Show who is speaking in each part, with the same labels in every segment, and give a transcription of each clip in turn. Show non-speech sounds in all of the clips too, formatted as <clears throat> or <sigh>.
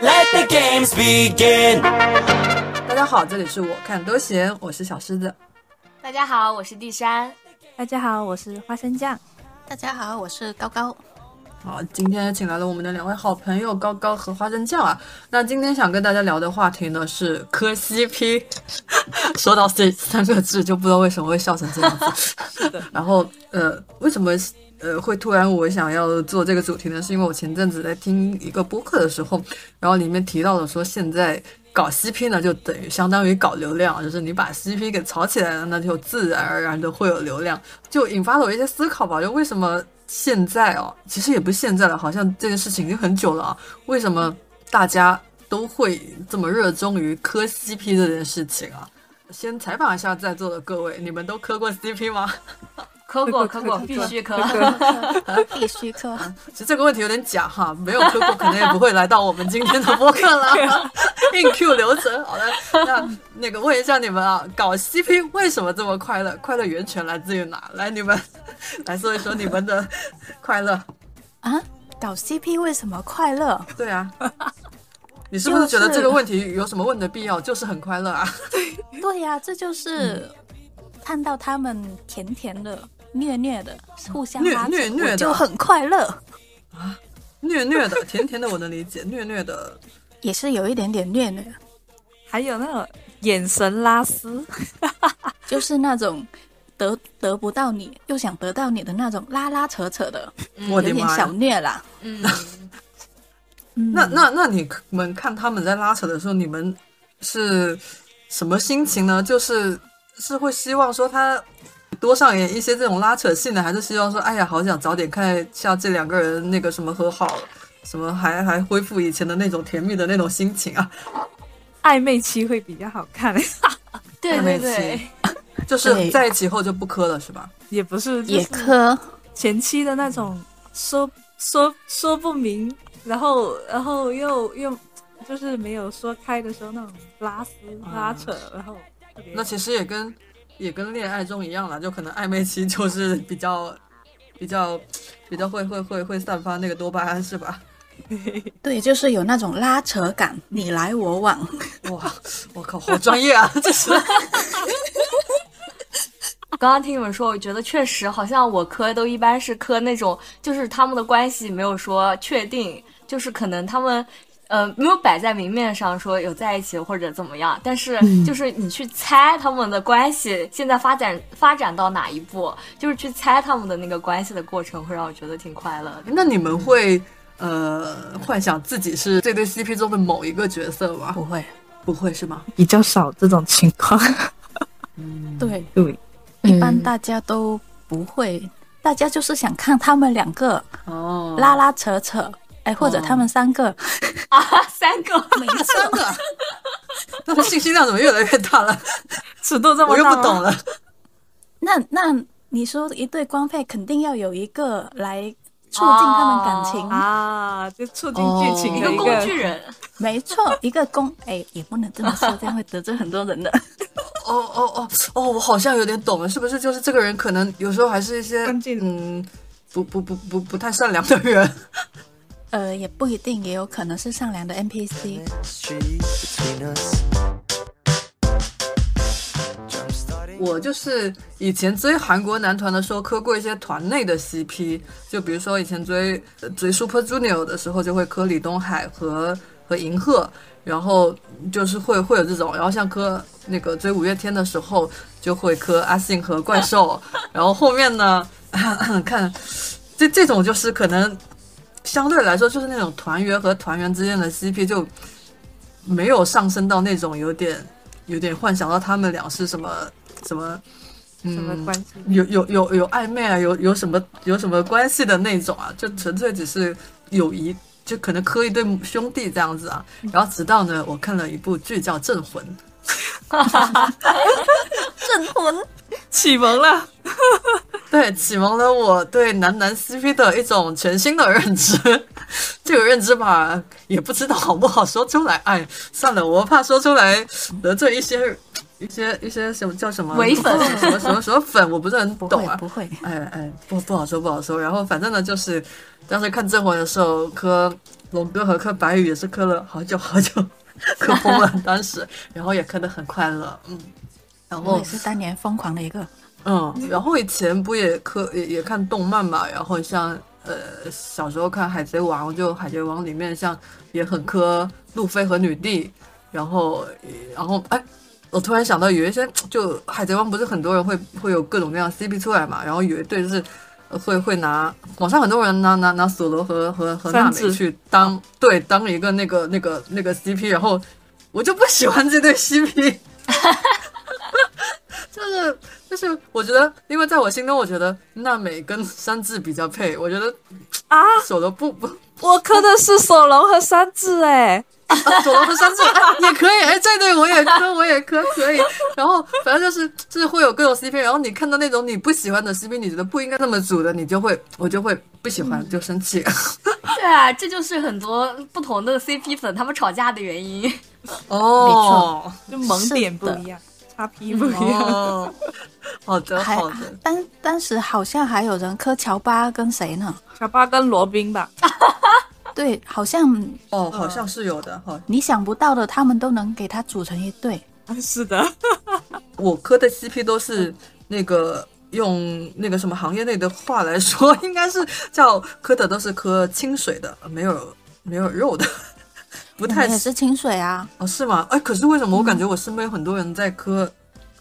Speaker 1: Let the games begin.
Speaker 2: 大家好，这里是我看都行，我是小狮子。
Speaker 3: 大家好，我是地山。
Speaker 4: 大家好，我是花生酱。
Speaker 5: 大家好，我是高高。
Speaker 2: 好，今天请来了我们的两位好朋友高高和花生酱啊。那今天想跟大家聊的话题呢是磕 CP。说到这三个字，就不知道为什么会笑成这样子。然后呃，为什么呃会突然我想要做这个主题呢？是因为我前阵子在听一个播客的时候，然后里面提到了说现在。搞 CP 呢，就等于相当于搞流量，就是你把 CP 给炒起来了，那就自然而然的会有流量，就引发了我一些思考吧。就为什么现在哦，其实也不是现在了，好像这件事情已经很久了啊。为什么大家都会这么热衷于磕 CP 这件事情啊？先采访一下在座的各位，你们都磕过 CP 吗？ <laughs>
Speaker 3: 磕过，磕过，必须磕。
Speaker 5: 必
Speaker 2: <laughs>
Speaker 5: 须课，
Speaker 2: 其实这个问题有点假哈，没有磕过可能也不会来到我们今天的播客了。硬 Q 流程，好的，那那个问一下你们啊，搞 CP 为什么这么快乐？快乐源泉来自于哪？来，你们来说一说你们的快乐。
Speaker 5: 啊，搞 CP 为什么快乐？
Speaker 2: 对 <laughs> 啊，你是不是觉得
Speaker 5: 就是
Speaker 2: 这个问题有什么问的必要？就是很快乐啊。
Speaker 5: 对呀、这就是看到他们甜甜的、虐虐的，互相拉扯
Speaker 2: 虐虐虐的
Speaker 5: 我就很快乐，
Speaker 2: 虐虐的， <laughs> 甜甜的，我能理解。虐虐的，
Speaker 5: 也是有一点点虐虐，
Speaker 4: 还有那种眼神拉丝，
Speaker 5: 就是那种得得不到你又想得到你的那种拉拉扯扯的，
Speaker 2: 嗯我的
Speaker 5: 有点
Speaker 2: 妈呀
Speaker 5: 小！虐啦。
Speaker 3: 嗯，
Speaker 4: 嗯
Speaker 2: 那那那你们看他们在拉扯的时候，你们是什么心情呢？就是是会希望说他多上演一些这种拉扯性的，还是希望说，哎呀，好想早点看一下这两个人那个什么和好，什么还还恢复以前的那种甜蜜的那种心情啊？
Speaker 4: 暧昧期会比较好看，
Speaker 3: <laughs>
Speaker 4: <laughs>
Speaker 3: 对对
Speaker 2: 暧昧
Speaker 3: 对，
Speaker 2: 就是
Speaker 5: 对
Speaker 2: 在一起后就不磕了，是吧？
Speaker 4: 也不是就
Speaker 5: 也
Speaker 4: 是
Speaker 5: 磕，
Speaker 4: 前期的那种说说说不明，然后然后又又就是没有说开的时候那种拉丝拉扯，然后特别
Speaker 2: 那其实也跟也跟恋爱中一样啦，就可能暧昧期就是比较比较比较会会会会散发那个多巴胺，是吧？
Speaker 5: 对，就是有那种拉扯感，你来我往。
Speaker 2: 哇，我靠，好专业啊！这
Speaker 4: <laughs>
Speaker 2: 是
Speaker 3: 刚刚听你们说，我觉得确实好像我磕都一般是磕那种，就是他们的关系没有说确定，就是可能他们。呃，没有摆在明面上说有在一起或者怎么样，但是就是你去猜他们的关系现在发展发展到哪一步，就是去猜他们的那个关系的过程，会让我觉得挺快乐的。 <laughs>
Speaker 2: 那你们会呃幻想自己是这对 CP 中的某一个角色吗？
Speaker 5: 不会，
Speaker 2: 不会是吗？ <laughs>
Speaker 4: 比较少这种情况。
Speaker 5: 对，
Speaker 4: <laughs> 对，
Speaker 5: 一般大家都不会，大家就是想看他们两个
Speaker 2: 哦，
Speaker 5: 拉拉扯扯，哎，或者他们三个，
Speaker 3: 啊，三个，
Speaker 5: 每一
Speaker 2: 三个，那信息量怎么越来越大了？
Speaker 4: 尺度这么
Speaker 2: 我又
Speaker 4: 大
Speaker 2: 不
Speaker 4: 吗
Speaker 2: 懂了。
Speaker 5: <laughs> 那那你说一对官配肯定要有一个来促进他们感情，
Speaker 2: 哦
Speaker 4: 啊，就促进剧情
Speaker 3: 一
Speaker 4: 的
Speaker 3: 个
Speaker 4: 哦一
Speaker 3: 工
Speaker 4: 个
Speaker 3: 具人，
Speaker 5: 没错，一个公 <laughs> 哎也不能这么说，这样会得罪很
Speaker 2: <laughs>
Speaker 5: 多人的。
Speaker 2: 哦哦哦哦，我好像有点懂了，是不是就是这个人可能有时候还是一些
Speaker 4: 关键
Speaker 2: 嗯不不不不不太善良的人？
Speaker 5: 呃，也不一定，也有可能是善良的 NPC。
Speaker 2: 我就是以前追韩国男团的时候磕过一些团内的 CP，就比如说以前追呃追 Super Junior 的时候，就会磕李东海和和银赫，然后就是会会有这种，然后像磕那个追五月天的时候，就会磕阿信和怪兽，然后后面呢， <clears throat> 看这这种就是可能相对来说就是那种团员和团员之间的 CP 就没有上升到那种有点有点幻想到他们俩是什么什么。
Speaker 4: 什么
Speaker 2: 嗯
Speaker 4: 关，系？
Speaker 2: 有有有有暧昧啊，有有什么有什么关系的那种啊，就纯粹只是友谊，就可能磕一对兄弟这样子啊。然后直到呢，我看了一部剧叫《镇魂》，
Speaker 5: 镇魂，
Speaker 4: 启蒙了，
Speaker 2: 对，启蒙了我对男男 CP 的一种全新的认知。 <laughs> 这个认知吧，也不知道好不好说出来。哎，算了，我怕说出来得罪一些一些一些什么叫什么
Speaker 3: 伪粉
Speaker 2: 什么什么什么粉，我不是很
Speaker 5: 不
Speaker 2: 懂
Speaker 5: 会
Speaker 2: 啊。
Speaker 5: 不会，
Speaker 2: 哎哎，不不好说不好说。然后反正呢，就是当时看《甄嬛》的时候，磕龙哥和磕白宇也是磕了好久好久，磕疯了当
Speaker 5: <laughs>
Speaker 2: 时，然后也磕得很快乐，嗯。然
Speaker 5: 我
Speaker 2: 后
Speaker 5: 也是当年疯狂的一个。
Speaker 2: 嗯，然后以前不也磕也也看动漫嘛，然后像呃小时候看《海贼王》，就《海贼王》里面像也很磕路飞和女帝，然后然后哎，我突然想到有一些就《海贼王》不是很多人会会有各种各样的 CP 出来嘛，然后有一对就是呃会会拿网上很多人拿拿拿索罗和和和娜
Speaker 4: 三
Speaker 2: 美
Speaker 4: 只
Speaker 2: 去当对当一个那个那个那个 CP，然后我就不喜欢这对 CP。就是就是，我觉得，因为在我心中，我觉得娜美跟山治比较配。我觉得
Speaker 4: 啊！
Speaker 2: 手都不 <laughs> 啊不，
Speaker 4: 我磕的是索隆和三智哎，
Speaker 2: 啊手都和山治、哎也可以。哎，这对我也磕，我也磕，可以。然后反正就是就是会有各种 CP，然后你看到那种你不喜欢的 CP，你觉得不应该那么组的，你就会我就会不喜欢，就生 <laughs> 气。
Speaker 3: 对啊，这就是很多不同的 CP 粉他们吵架的原因。
Speaker 2: 哦，
Speaker 4: 就萌点不一样，叉 P 不一
Speaker 3: 嗯
Speaker 4: 样。
Speaker 2: 哦，好的
Speaker 5: 还
Speaker 2: 好的，
Speaker 5: 当当时好像还有人磕乔巴跟谁呢？
Speaker 4: 小巴跟罗宾吧，
Speaker 5: 对，好像
Speaker 2: 哦，好像是有的。好，
Speaker 5: 你想不到的，他们都能给他组成一对。
Speaker 4: 是的，
Speaker 2: 我磕的 CP 都是那个用那个什么行业内的话来说，应该是叫磕的都是磕清水的，没有没有肉的， <laughs> 不
Speaker 5: 我
Speaker 2: 太
Speaker 5: 们也是清水啊，
Speaker 2: 哦是吗？哎，可是为什么我感觉我身边有很多人在磕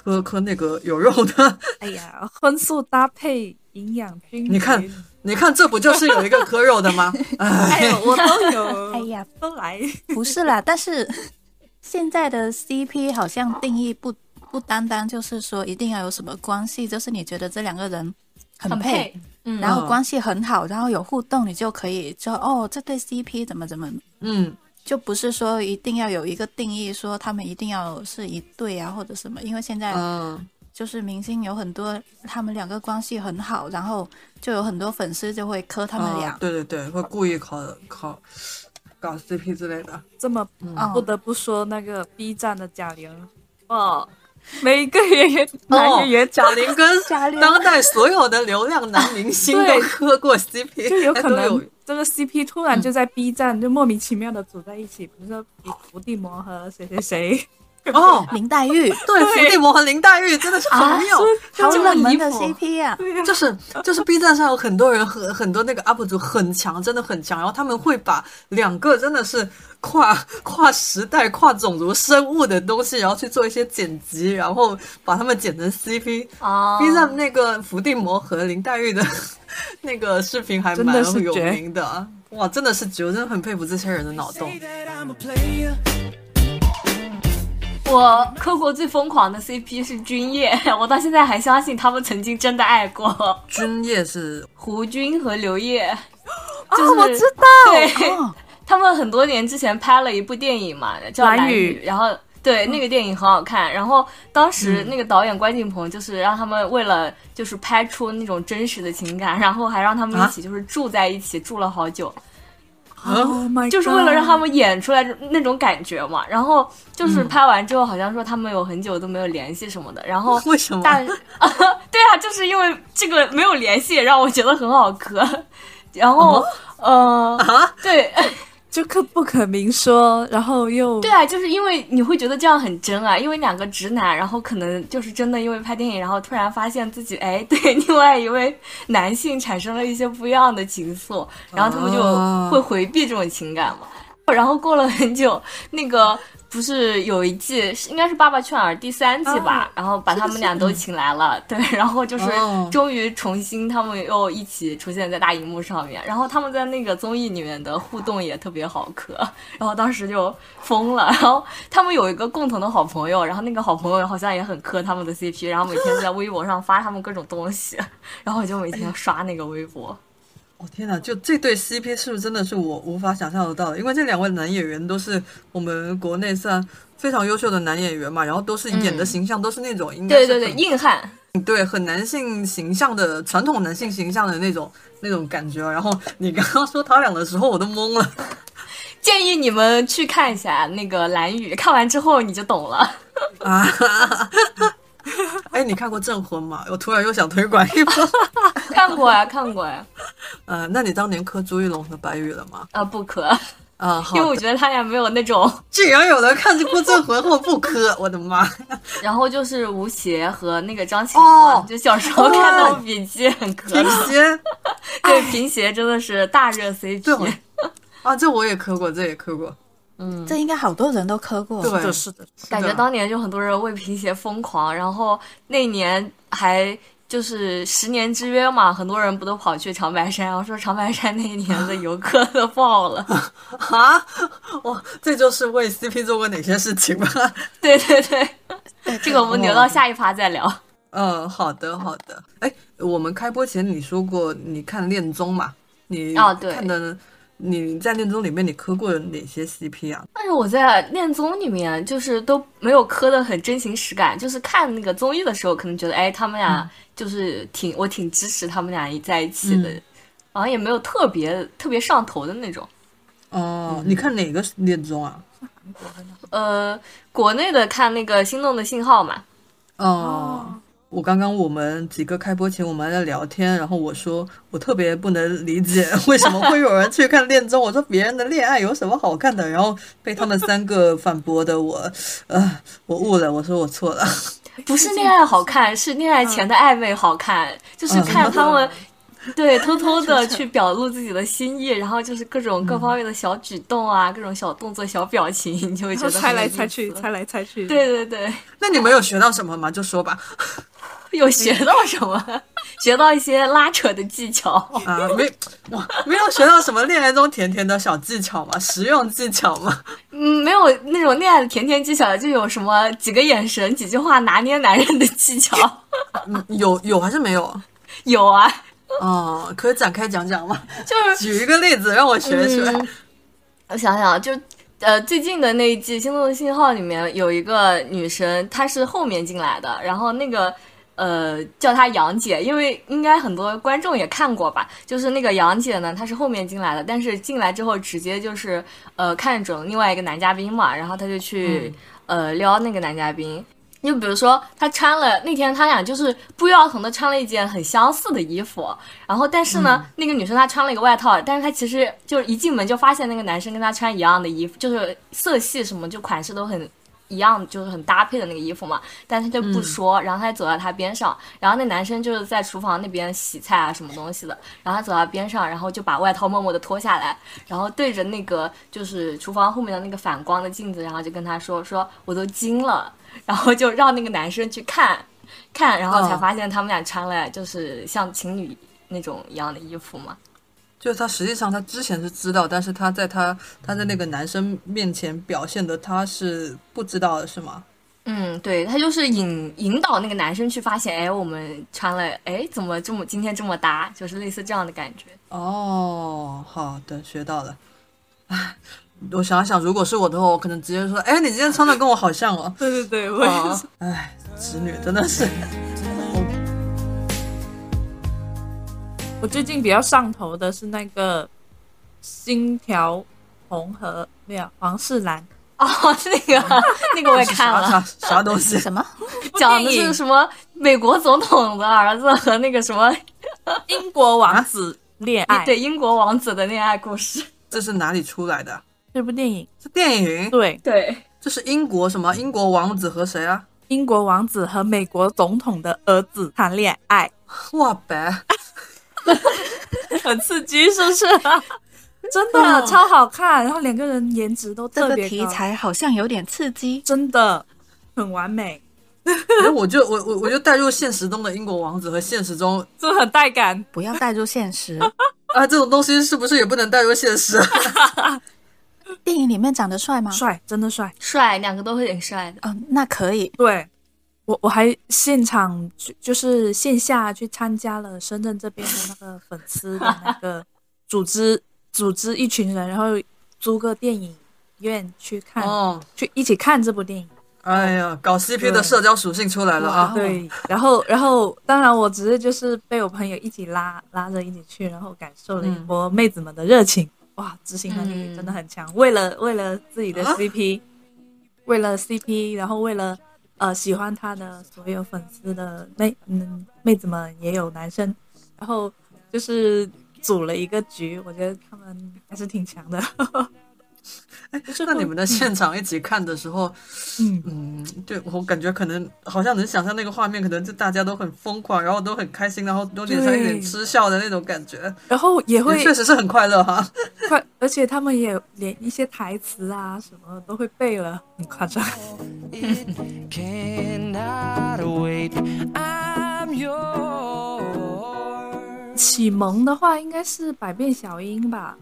Speaker 2: 磕磕那个有肉的？ <laughs>
Speaker 4: 哎呀，荤素搭配营养均匀，
Speaker 2: 你看你看这不就是有一个磕肉的吗？
Speaker 4: 哎呦，我都有，
Speaker 3: <laughs>
Speaker 5: 哎呀，
Speaker 4: 都来，
Speaker 5: 不是啦，但是现在的 CP 好像定义不不单单就是说一定要有什么关系，就是你觉得这两个人很
Speaker 3: 很 <laughs>
Speaker 5: 配，
Speaker 3: 配，嗯
Speaker 5: 然后
Speaker 2: 嗯
Speaker 5: 关系很好，然后有互动，你就可以说哦，这对 CP 怎么怎么，
Speaker 2: 嗯，
Speaker 5: 就不是说一定要有一个定义，说他们一定要是一对啊或者什么，因为现在
Speaker 2: 嗯，
Speaker 5: 就是明星有很多，他们两个关系很好，然后就有很多粉丝就会磕他们俩
Speaker 2: 啊。对对对，会故意考考搞 CP 之类的。
Speaker 4: 这么
Speaker 5: 哦
Speaker 4: 不得不说那个 B 站的贾玲，
Speaker 3: 嗯
Speaker 4: 哦，每个演
Speaker 3: 哦
Speaker 4: 男演员
Speaker 2: 贾
Speaker 3: <laughs>
Speaker 2: 玲跟
Speaker 5: 贾玲
Speaker 2: 当代所有的流量男明星都
Speaker 4: 对
Speaker 2: 磕过 CP，
Speaker 4: 就有
Speaker 2: 哎
Speaker 4: 可
Speaker 2: 都有
Speaker 4: 能这个 CP 突然就
Speaker 3: 嗯
Speaker 4: 在 B 站就莫名其妙的组在一起，比如说比伏地魔和谁谁谁，
Speaker 2: 哦，
Speaker 5: 林黛玉，
Speaker 2: 对，伏地魔和林黛玉真的是朋
Speaker 3: 哦
Speaker 2: 友，
Speaker 5: 好冷门的
Speaker 3: 这么离谱
Speaker 5: CP 啊！
Speaker 2: <laughs> 就是就是 B 站上有很多人很很多那个 UP 主很强，真的很强，然后他们会把两个真的是跨跨时代、跨种族、生物的东西，然后去做一些剪辑，然后把他们剪成 CP。
Speaker 3: 哦
Speaker 2: B 站那个伏地魔和林黛玉的 <laughs> 那个视频还
Speaker 4: 真
Speaker 2: 蛮
Speaker 4: 的是
Speaker 2: 有
Speaker 4: 绝
Speaker 2: 名的，哇，真的是绝，我真的很佩服这些人的脑洞。
Speaker 3: 我磕过最疯狂的 CP 是君夜，我到现在还相信他们曾经真的爱过。
Speaker 2: 君夜是
Speaker 3: 胡军和刘烨，
Speaker 4: 啊
Speaker 3: 就是、
Speaker 4: 我知道，
Speaker 3: 对、
Speaker 5: 哦
Speaker 3: 他们很多年之前拍了一部电影嘛，叫《
Speaker 4: 蓝
Speaker 3: 蓝
Speaker 4: 雨
Speaker 3: 雨》，然后对那个电影很好看，然后当时那个导演关锦鹏就是让他们为了就是拍出那种真实的情感，然后还让他们
Speaker 2: 啊
Speaker 3: 一起就是住在一起、住了好久，
Speaker 4: ，Oh my，
Speaker 3: 哦就是为了让他们演出来那种感觉嘛。然后就是拍完之后，好像说他们有很久都没有联系什么的，然后
Speaker 4: 哦
Speaker 2: 为什么？
Speaker 3: 但对啊，就是因为这个没有联系，让我觉得很好磕。然后，呃，对 <laughs>
Speaker 4: 就可不可明说，然后又
Speaker 3: 对啊，就是因为你会觉得这样很真啊，因为两个直男，然后可能就是真的因为拍电影，然后突然发现自己哎对 <laughs> 另外一位男性产生了一些不一样的情愫，然后他们就
Speaker 2: 哦
Speaker 3: 会回避这种情感嘛。然后过了很久，那个不是有一季是应该是《爸爸去哪儿》第三季吧，然后把他们俩都请来了，对， <laughs> 然后啊就是
Speaker 2: 哦
Speaker 3: 终于重新他们又一起出现在大荧幕上面，然后他们在那个综艺里面的互动也特别好磕， <laughs> 然后当时就疯了，然 <laughs> 后他们有一个共同的好朋友，然后那个好朋友好像也很磕他们的 CP，然后每天在微博上发他们各种东西， <laughs> 然后我就每天刷那个微博。
Speaker 2: 我、哦天哪，就这对 CP 是不是真的是我无法想象得到的？因为这两位男演员都是我们国内算非常优秀的男演员嘛，然后都是演的
Speaker 3: 嗯
Speaker 2: 形象都是那种应该
Speaker 3: 对
Speaker 2: 是
Speaker 3: 对对，
Speaker 2: 很
Speaker 3: 硬汉，
Speaker 2: 对很男性形象的传统男性形象的那种那种感觉。啊然后你刚刚说他俩的时候，我都懵了。 <laughs>
Speaker 3: 建议你们去看一下那个《蓝雨》，看完之后你就懂了。
Speaker 2: 啊！哎，你看过《镇魂》吗？我突然又想推广
Speaker 3: <laughs>
Speaker 2: 一波。
Speaker 3: 看过呀，看过呀，
Speaker 2: 呃，那你当年磕朱一龙和白宇了吗？
Speaker 3: 啊，不磕，
Speaker 2: 啊、好
Speaker 3: 因为我
Speaker 2: 的
Speaker 3: 觉得他俩没有那种，
Speaker 2: 竟然有人看过《镇魂》后不磕，我的
Speaker 3: <laughs>
Speaker 2: 妈！
Speaker 3: 然后就是吴邪和那个张起灵嘛，
Speaker 2: 哦
Speaker 3: 就小时候看到笔记很磕
Speaker 2: 贫血
Speaker 3: 对，贫血真的是大热 CP，
Speaker 2: 对我 <laughs> 啊，这我也磕过，这也磕过，
Speaker 3: 嗯，
Speaker 5: 这应该好多人都磕过。
Speaker 2: 对，
Speaker 4: 是的，是的，
Speaker 2: 是
Speaker 3: <laughs> 感
Speaker 2: 的
Speaker 3: 觉当年就很多人为贫血疯狂，然后那年还就是十年之约嘛，很多人不都跑去长白山，然后说长白山那一年的游客都爆
Speaker 2: <laughs>
Speaker 3: 了。
Speaker 2: 啊，哇，这就是为 CP 做过哪些事情吧？
Speaker 3: 对对对，
Speaker 5: 对
Speaker 3: 这个我们留到下一趴再聊。
Speaker 2: <laughs> 嗯，好的，好的。哎，我们开播前你说过你看《恋综》嘛？你
Speaker 3: 啊对
Speaker 2: 看的你在《恋综》里面你磕过哪些 CP 啊？
Speaker 3: 但是我在恋综里面就是都没有磕的很真情实感，就是看那个综艺的时候，可能觉得哎，他们
Speaker 4: 嗯
Speaker 3: 俩就是挺、我挺支持他们俩在一起的，好像也没有特别特别上头的那种。
Speaker 2: 哦，你看哪个《恋综》啊？
Speaker 3: 呃，国内的看那个《心动的信号》嘛，
Speaker 2: 哦，我刚刚我们几个开播前我们还在聊天，然后我说我特别不能理解 <laughs> 为什么会有人去看恋综， <laughs> 我说别人的恋爱有什么好看的，然后被他们三个反驳的我，呃，我悟了，我说我错了， <laughs>
Speaker 3: 不是恋爱好看，是恋爱前的暧昧好看，就是
Speaker 4: 嗯
Speaker 3: 看他们。 <laughs> 对，偷偷
Speaker 4: <laughs>
Speaker 3: 的去表露自己的心意，然后就是各种
Speaker 4: 嗯
Speaker 3: 各方面的小举动啊，各种小动作、小表情，你就会觉
Speaker 4: 就
Speaker 3: 得
Speaker 4: 猜
Speaker 3: 很有
Speaker 4: 来
Speaker 3: 意思
Speaker 4: 猜去，猜来猜去，，
Speaker 3: 对对对，
Speaker 2: 那你们有学到什么吗？就说吧，
Speaker 3: <laughs> 有学到什么？ <laughs> 学到一些拉扯的技巧。
Speaker 2: 啊，没，哇，没有学到什么恋爱中甜甜的小技巧吗？实用技巧吗？
Speaker 3: <laughs> 嗯，没有那种恋爱的甜甜技巧，就有什么几个眼神、几句话拿捏男人的技巧。 <laughs>
Speaker 2: 嗯有有还是没有？
Speaker 3: 有啊，
Speaker 2: 哦，可以展开讲讲吗？
Speaker 3: 就是
Speaker 2: 举一个例子让我学学。
Speaker 3: 嗯我想想，就呃最近的那一季《心动的信号》里面有一个女生，她是后面进来的，然后那个。呃，叫她杨姐，因为应该很多观众也看过吧。就是那个杨姐呢，她是后面进来的，但是进来之后直接就是呃看准了另外一个男嘉宾嘛，然后她就去、呃撩那个男嘉宾。就比如说，她穿了那天她俩就是不约而同的穿了一件很相似的衣服，然后但是呢，那个女生她穿了一个外套，但是她其实就是一进门就发现那个男生跟她穿一样的衣服，就是色系什么就款式都很一样，就是很搭配的那个衣服嘛。但是她就不说，然后她就走到他边上，然后那男生就是在厨房那边洗菜啊什么东西的，然后她走到边上，然后就把外套默默的脱下来，然后对着那个就是厨房后面的那个反光的镜子，然后就跟他说说我都惊了， <laughs> 然后就让那个男生去看。看，然后才
Speaker 2: 嗯
Speaker 3: 发现他们俩穿了就是像情侣那种一样的衣服嘛。
Speaker 2: 就是他实际上他之前是知道，但是他在他他在那个男生面前表现的他是不知道的，是吗？
Speaker 3: 嗯，对，他就是引引导那个男生去发现，哎，我们穿了，哎，怎么这么今天这么搭，就是类似这样的感觉。
Speaker 2: 哦，好的，学到了。唉，我想想，如果是我的话，我可能直接说，哎，你今天穿的跟我好像哦。
Speaker 4: 对对对，我也是。
Speaker 2: 唉，直女真的是，
Speaker 4: 我最近比较上头的是那个《星条红河》，没有黄世兰，
Speaker 3: 哦，
Speaker 2: <laughs>
Speaker 3: 那个那个我也看
Speaker 2: 啥
Speaker 3: 了，
Speaker 2: 啥啥东西？
Speaker 5: 什么？
Speaker 3: 讲的
Speaker 4: 电
Speaker 3: 是
Speaker 4: 影
Speaker 3: 什么美国总统的儿子和那个什么
Speaker 4: 英国王子恋爱。
Speaker 3: 对英国王子的恋爱故事。
Speaker 2: 这是哪里出来的？
Speaker 4: 这部电影，
Speaker 2: 是电影？
Speaker 4: 对
Speaker 3: 对，
Speaker 2: 这是英国什么？英国王子和谁啊？
Speaker 4: 英国王子和美国总统的儿子谈恋爱，
Speaker 2: 哇白，
Speaker 4: 很刺激，是 <laughs> 不是？真的超好看，然后两个人颜值都
Speaker 5: 这
Speaker 4: 特
Speaker 5: 个
Speaker 4: 别
Speaker 5: 题
Speaker 4: 高，
Speaker 5: 材好像有点刺激。
Speaker 4: 真的很完美，
Speaker 2: 然后哎我就我我我就带入现实中的英国王子和现实中
Speaker 4: 真的很带感。
Speaker 5: 不要带入现
Speaker 4: <laughs>
Speaker 5: 实，
Speaker 2: 啊这种东西是不是也不能带入现实？啊
Speaker 5: 电影里面长得帅吗？
Speaker 4: 帅，真的帅。
Speaker 3: 帅，两个都会很帅的。
Speaker 5: 嗯，那可以。
Speaker 4: 对，我我还现场去就是线下去参加了深圳这边的那个粉丝的那个组织，组织一群人，然后租个电影院去看，
Speaker 2: 哦，
Speaker 4: 去一起看这部电影。
Speaker 2: 哎呀，搞 CP 的
Speaker 4: 对
Speaker 2: 社交属性出来了啊！
Speaker 4: 对，然后然后当然我只是就是被我朋友一起拉拉着一起去，然后感受了一
Speaker 2: 嗯
Speaker 4: 波妹子们的热情。哇，执行能力真的很强，为了为了自己的
Speaker 2: 啊
Speaker 4: CP，、为了 CP，然后为了呃喜欢他的所有粉丝的妹嗯妹子们，也有男生，然后就是组了一个局，我觉得他们还是挺强的。 <laughs>
Speaker 2: 哎那你们在现场一起看的时候， <laughs>
Speaker 4: 嗯，
Speaker 2: 嗯，对我感觉可能好像能想象那个画面，可能就大家都很疯狂，然后都很开心，然后都脸上一脸
Speaker 4: 对
Speaker 2: 嗤笑的那种感觉，
Speaker 4: 然后也会哦
Speaker 2: 也确实是很快乐哈。
Speaker 4: 快，而且他们也连一些台词啊什么都会背了，很夸张。
Speaker 1: It cannot wait. I'm yours.
Speaker 4: 启蒙的话应该是《百变小樱》吧，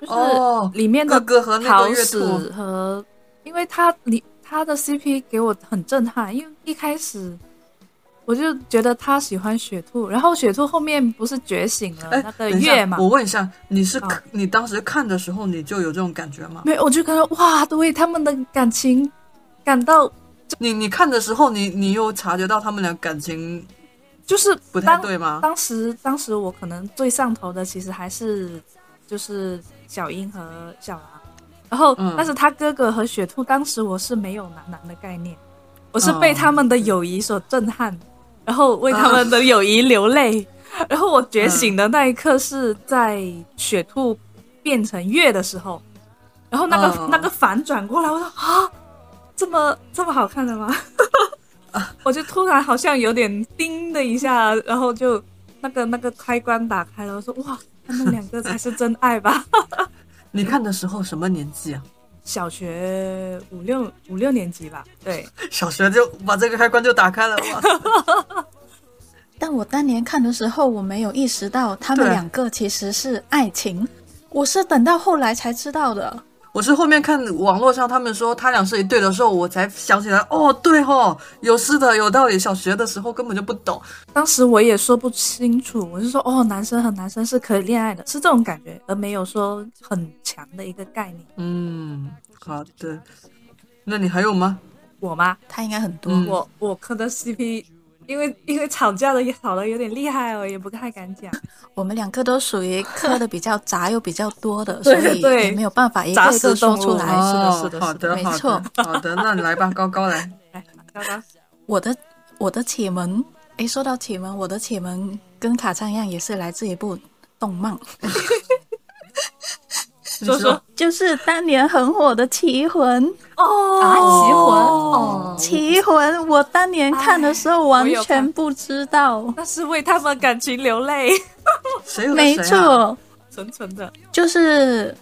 Speaker 4: 就是
Speaker 2: 哦
Speaker 4: 里面的
Speaker 2: 哥哥和那个
Speaker 4: 桃
Speaker 2: 月兔
Speaker 4: 矢和，因为他你他的 CP 给我很震撼，因为一开始我就觉得他喜欢雪兔，然后雪兔后面不是觉醒了
Speaker 2: 哎
Speaker 4: 那个
Speaker 2: 等一下
Speaker 4: 月嘛，
Speaker 2: 我问一下，你是、
Speaker 4: 哦
Speaker 2: 你当时看的时候你就有这种感觉吗？
Speaker 4: 没有，我就感觉哇，都为他们的感情感到
Speaker 2: 你你看的时候你，你又察觉到他们俩感情
Speaker 4: 就是
Speaker 2: 不太
Speaker 4: 当
Speaker 2: 对吗？
Speaker 4: 当时当时我可能最上头的其实还是就是小樱和小狼，然后、
Speaker 2: 嗯
Speaker 4: 但是他哥哥和雪兔，当时我是没有男男的概念，我是被
Speaker 2: 哦
Speaker 4: 他们的友谊所震撼，然后为他们的友谊流泪，然后我觉醒的那一刻是在雪兔变成月的时候，然后那个、
Speaker 2: 哦
Speaker 4: 那个反转过来，我说啊，这么这么好看的吗？我就突然好像有点叮的一下，然后就那个那个开关打开了，我说哇，他们两个才是真爱吧？ <laughs>
Speaker 2: 你看的时候什么年纪啊？
Speaker 4: 小学五六五六年级吧，对，
Speaker 2: 小学就把这个开关就打开了，哇塞！
Speaker 5: 但我当年看的时候，我没有意识到他们
Speaker 2: 对
Speaker 5: 两个其实是爱情，我是等到后来才知道的。
Speaker 2: 我是后面看网络上他们说他俩是一对的时候，我才想起来，哦，对哦，有是的，有道理。小学的时候根本就不懂，
Speaker 4: 当时我也说不清楚，我是说哦，男生和男生是可以恋爱的，是这种感觉，而没有说很强的一个概念。
Speaker 2: 嗯，好的。那你还有吗？
Speaker 4: 我吗？
Speaker 5: 他应该很多，
Speaker 2: 嗯
Speaker 4: 我我磕的 CP，因为因为吵架的也吵的有点厉害哦，也不太敢讲。
Speaker 5: 我们两个都属于磕的比较杂又比较多的，所
Speaker 4: <laughs>
Speaker 5: 以
Speaker 4: 对
Speaker 5: 也没有办法一
Speaker 4: 杂
Speaker 5: 个一
Speaker 4: 食
Speaker 5: 个说
Speaker 4: 动
Speaker 5: 出
Speaker 4: 物
Speaker 5: 来。
Speaker 4: 是的
Speaker 2: 哦
Speaker 4: 是的
Speaker 2: 好
Speaker 4: 是
Speaker 2: 的，
Speaker 5: 没
Speaker 2: 好
Speaker 5: 错
Speaker 2: 的，好的。那你来吧，高高来。
Speaker 4: 来，刚刚
Speaker 5: 我的我的启蒙，诶，说到启蒙，我的启蒙跟卡trang 一样，也是来自一部动漫，
Speaker 2: 你
Speaker 4: 说说
Speaker 5: <laughs> 就是当年很火的《棋魂》。
Speaker 3: 啊，棋魂
Speaker 2: 哦
Speaker 3: 哦
Speaker 5: 《棋魂》，我当年看的时候完
Speaker 4: 我有看
Speaker 5: 全不知道，
Speaker 4: 那是为他们感情流泪，
Speaker 2: 谁有
Speaker 5: 没
Speaker 2: 谁啊？
Speaker 5: 错，
Speaker 4: 纯纯的。
Speaker 5: 就是《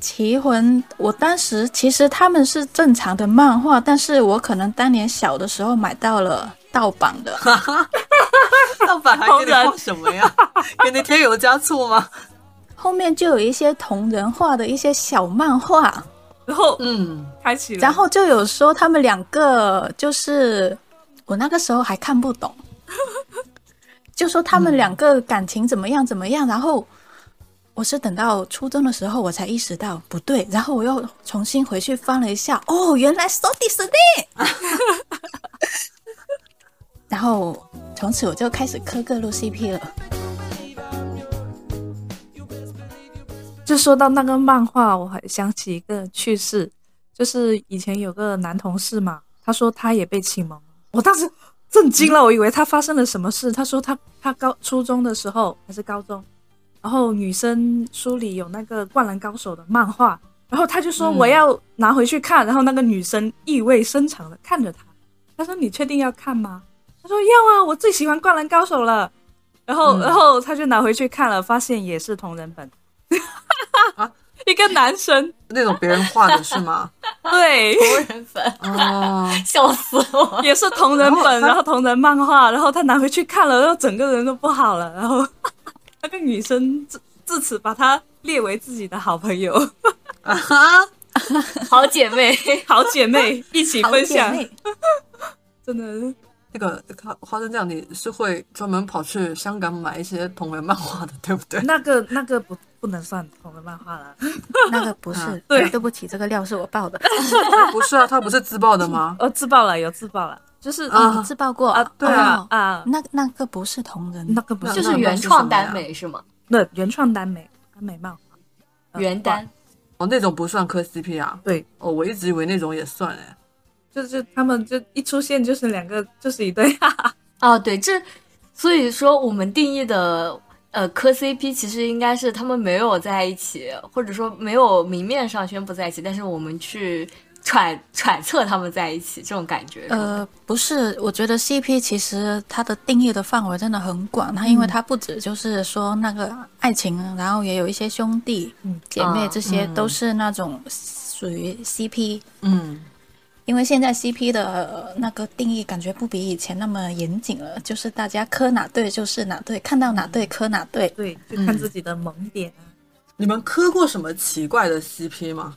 Speaker 5: 棋魂》，我当时其实他们是正常的漫画，但是我可能当年小的时候买到了盗版
Speaker 2: <laughs>
Speaker 5: 的，
Speaker 2: 盗版还给你
Speaker 4: 同人
Speaker 2: 放什么
Speaker 4: <laughs>
Speaker 2: 呀？给你添油加醋吗？
Speaker 5: 后面就有一些同人画的一些小漫画，
Speaker 4: 然后
Speaker 2: 嗯，
Speaker 4: 开启了，
Speaker 5: 然后就有说他们两个就是我那个时候还看不懂， <laughs> 就说他们两个感情怎么样怎么样，然后。我是等到初中的时候，我才意识到不对，然后我又重新回去翻了一下，哦，原来 so d i s <laughs> 然后从此我就开始磕各路 CP 了。
Speaker 4: 就说到那个漫画，我还想起一个趣事，就是以前有个男同事嘛，他说他也被启蒙，我当时震惊了，我以为他发生了什么事。他说他他高初中的时候还是高中，然后女生书里有那个《灌篮高手》的漫画，然后他就说我要拿回去看，然后那个女生意味深长的看着他，他说你确定要看吗？他说要啊，我最喜欢《灌篮高手》了。然后，
Speaker 2: 嗯
Speaker 4: 然后他就拿回去看了，发现也是同人本， <laughs>
Speaker 2: 啊
Speaker 4: 一个男生，
Speaker 2: 那种别人画的是吗？
Speaker 4: <laughs> 对，
Speaker 3: 同人粉，
Speaker 4: <laughs>
Speaker 2: 哦，
Speaker 3: 笑死
Speaker 2: <laughs>
Speaker 3: 我！
Speaker 4: 也是同人
Speaker 2: 然后
Speaker 4: 本，
Speaker 2: 他
Speaker 4: 然后同人漫画，然后他拿回去看了，然后整个人都不好了，然后 <laughs> 那个女生自自此把他列为自己的好朋 <laughs> 友、
Speaker 2: 啊哈，
Speaker 3: 好
Speaker 2: <laughs>
Speaker 3: 姐妹，
Speaker 4: 好姐妹，一起分享
Speaker 5: 好姐，妹
Speaker 4: 真的
Speaker 2: 那个花花生酱，你是会专门跑去香港买一些同人漫画的， <laughs> 对不对？
Speaker 4: 那个那个不不能算同人漫画了，
Speaker 5: 那个
Speaker 4: <laughs>
Speaker 5: 不是，
Speaker 4: 啊对
Speaker 5: 对不起，这个料是我爆的，
Speaker 2: 不是啊，他不是自爆的吗？
Speaker 4: 哦，自爆了，有自爆了，就是
Speaker 2: 啊
Speaker 5: 你自爆过
Speaker 4: 啊，对啊
Speaker 5: 哦
Speaker 4: 啊，
Speaker 5: 那那个不是同人，
Speaker 4: 那个不是
Speaker 3: 就
Speaker 2: 那
Speaker 3: 是
Speaker 2: 那
Speaker 3: 原
Speaker 2: 是什
Speaker 3: 创
Speaker 2: 么呀
Speaker 3: 耽美是吗？
Speaker 4: 那原创耽美耽美漫画，
Speaker 2: 嗯
Speaker 4: 呃
Speaker 3: 原单
Speaker 2: 哦，那种不算磕 CP 啊。
Speaker 4: 对，
Speaker 2: 哦，我一直以为那种也算哎。
Speaker 4: 就是他们就一出现就是两个就是一 <laughs> 对，
Speaker 3: 哦，对，这所以说我们定义的呃磕 CP 其实应该是他们没有在一起，或者说没有明面上宣布在一起，但是我们去揣揣测他们在一起这种感觉。是吗，
Speaker 5: 呃，不是，我觉得 CP 其实它的定义的范围真的很广，它因为它不止就是说那个爱情，然后也有一些兄弟、姐妹
Speaker 3: 啊，
Speaker 5: 这些都是那种属于 CP。
Speaker 2: 嗯，
Speaker 5: 因为现在 CP 的、呃那个定义感觉不比以前那么严谨了，就是大家磕哪对就是哪对，看到哪对磕哪
Speaker 4: <laughs>
Speaker 5: 对。
Speaker 4: 对，就看自己的萌点啊。
Speaker 2: 你们磕过什么奇怪的 CP 吗？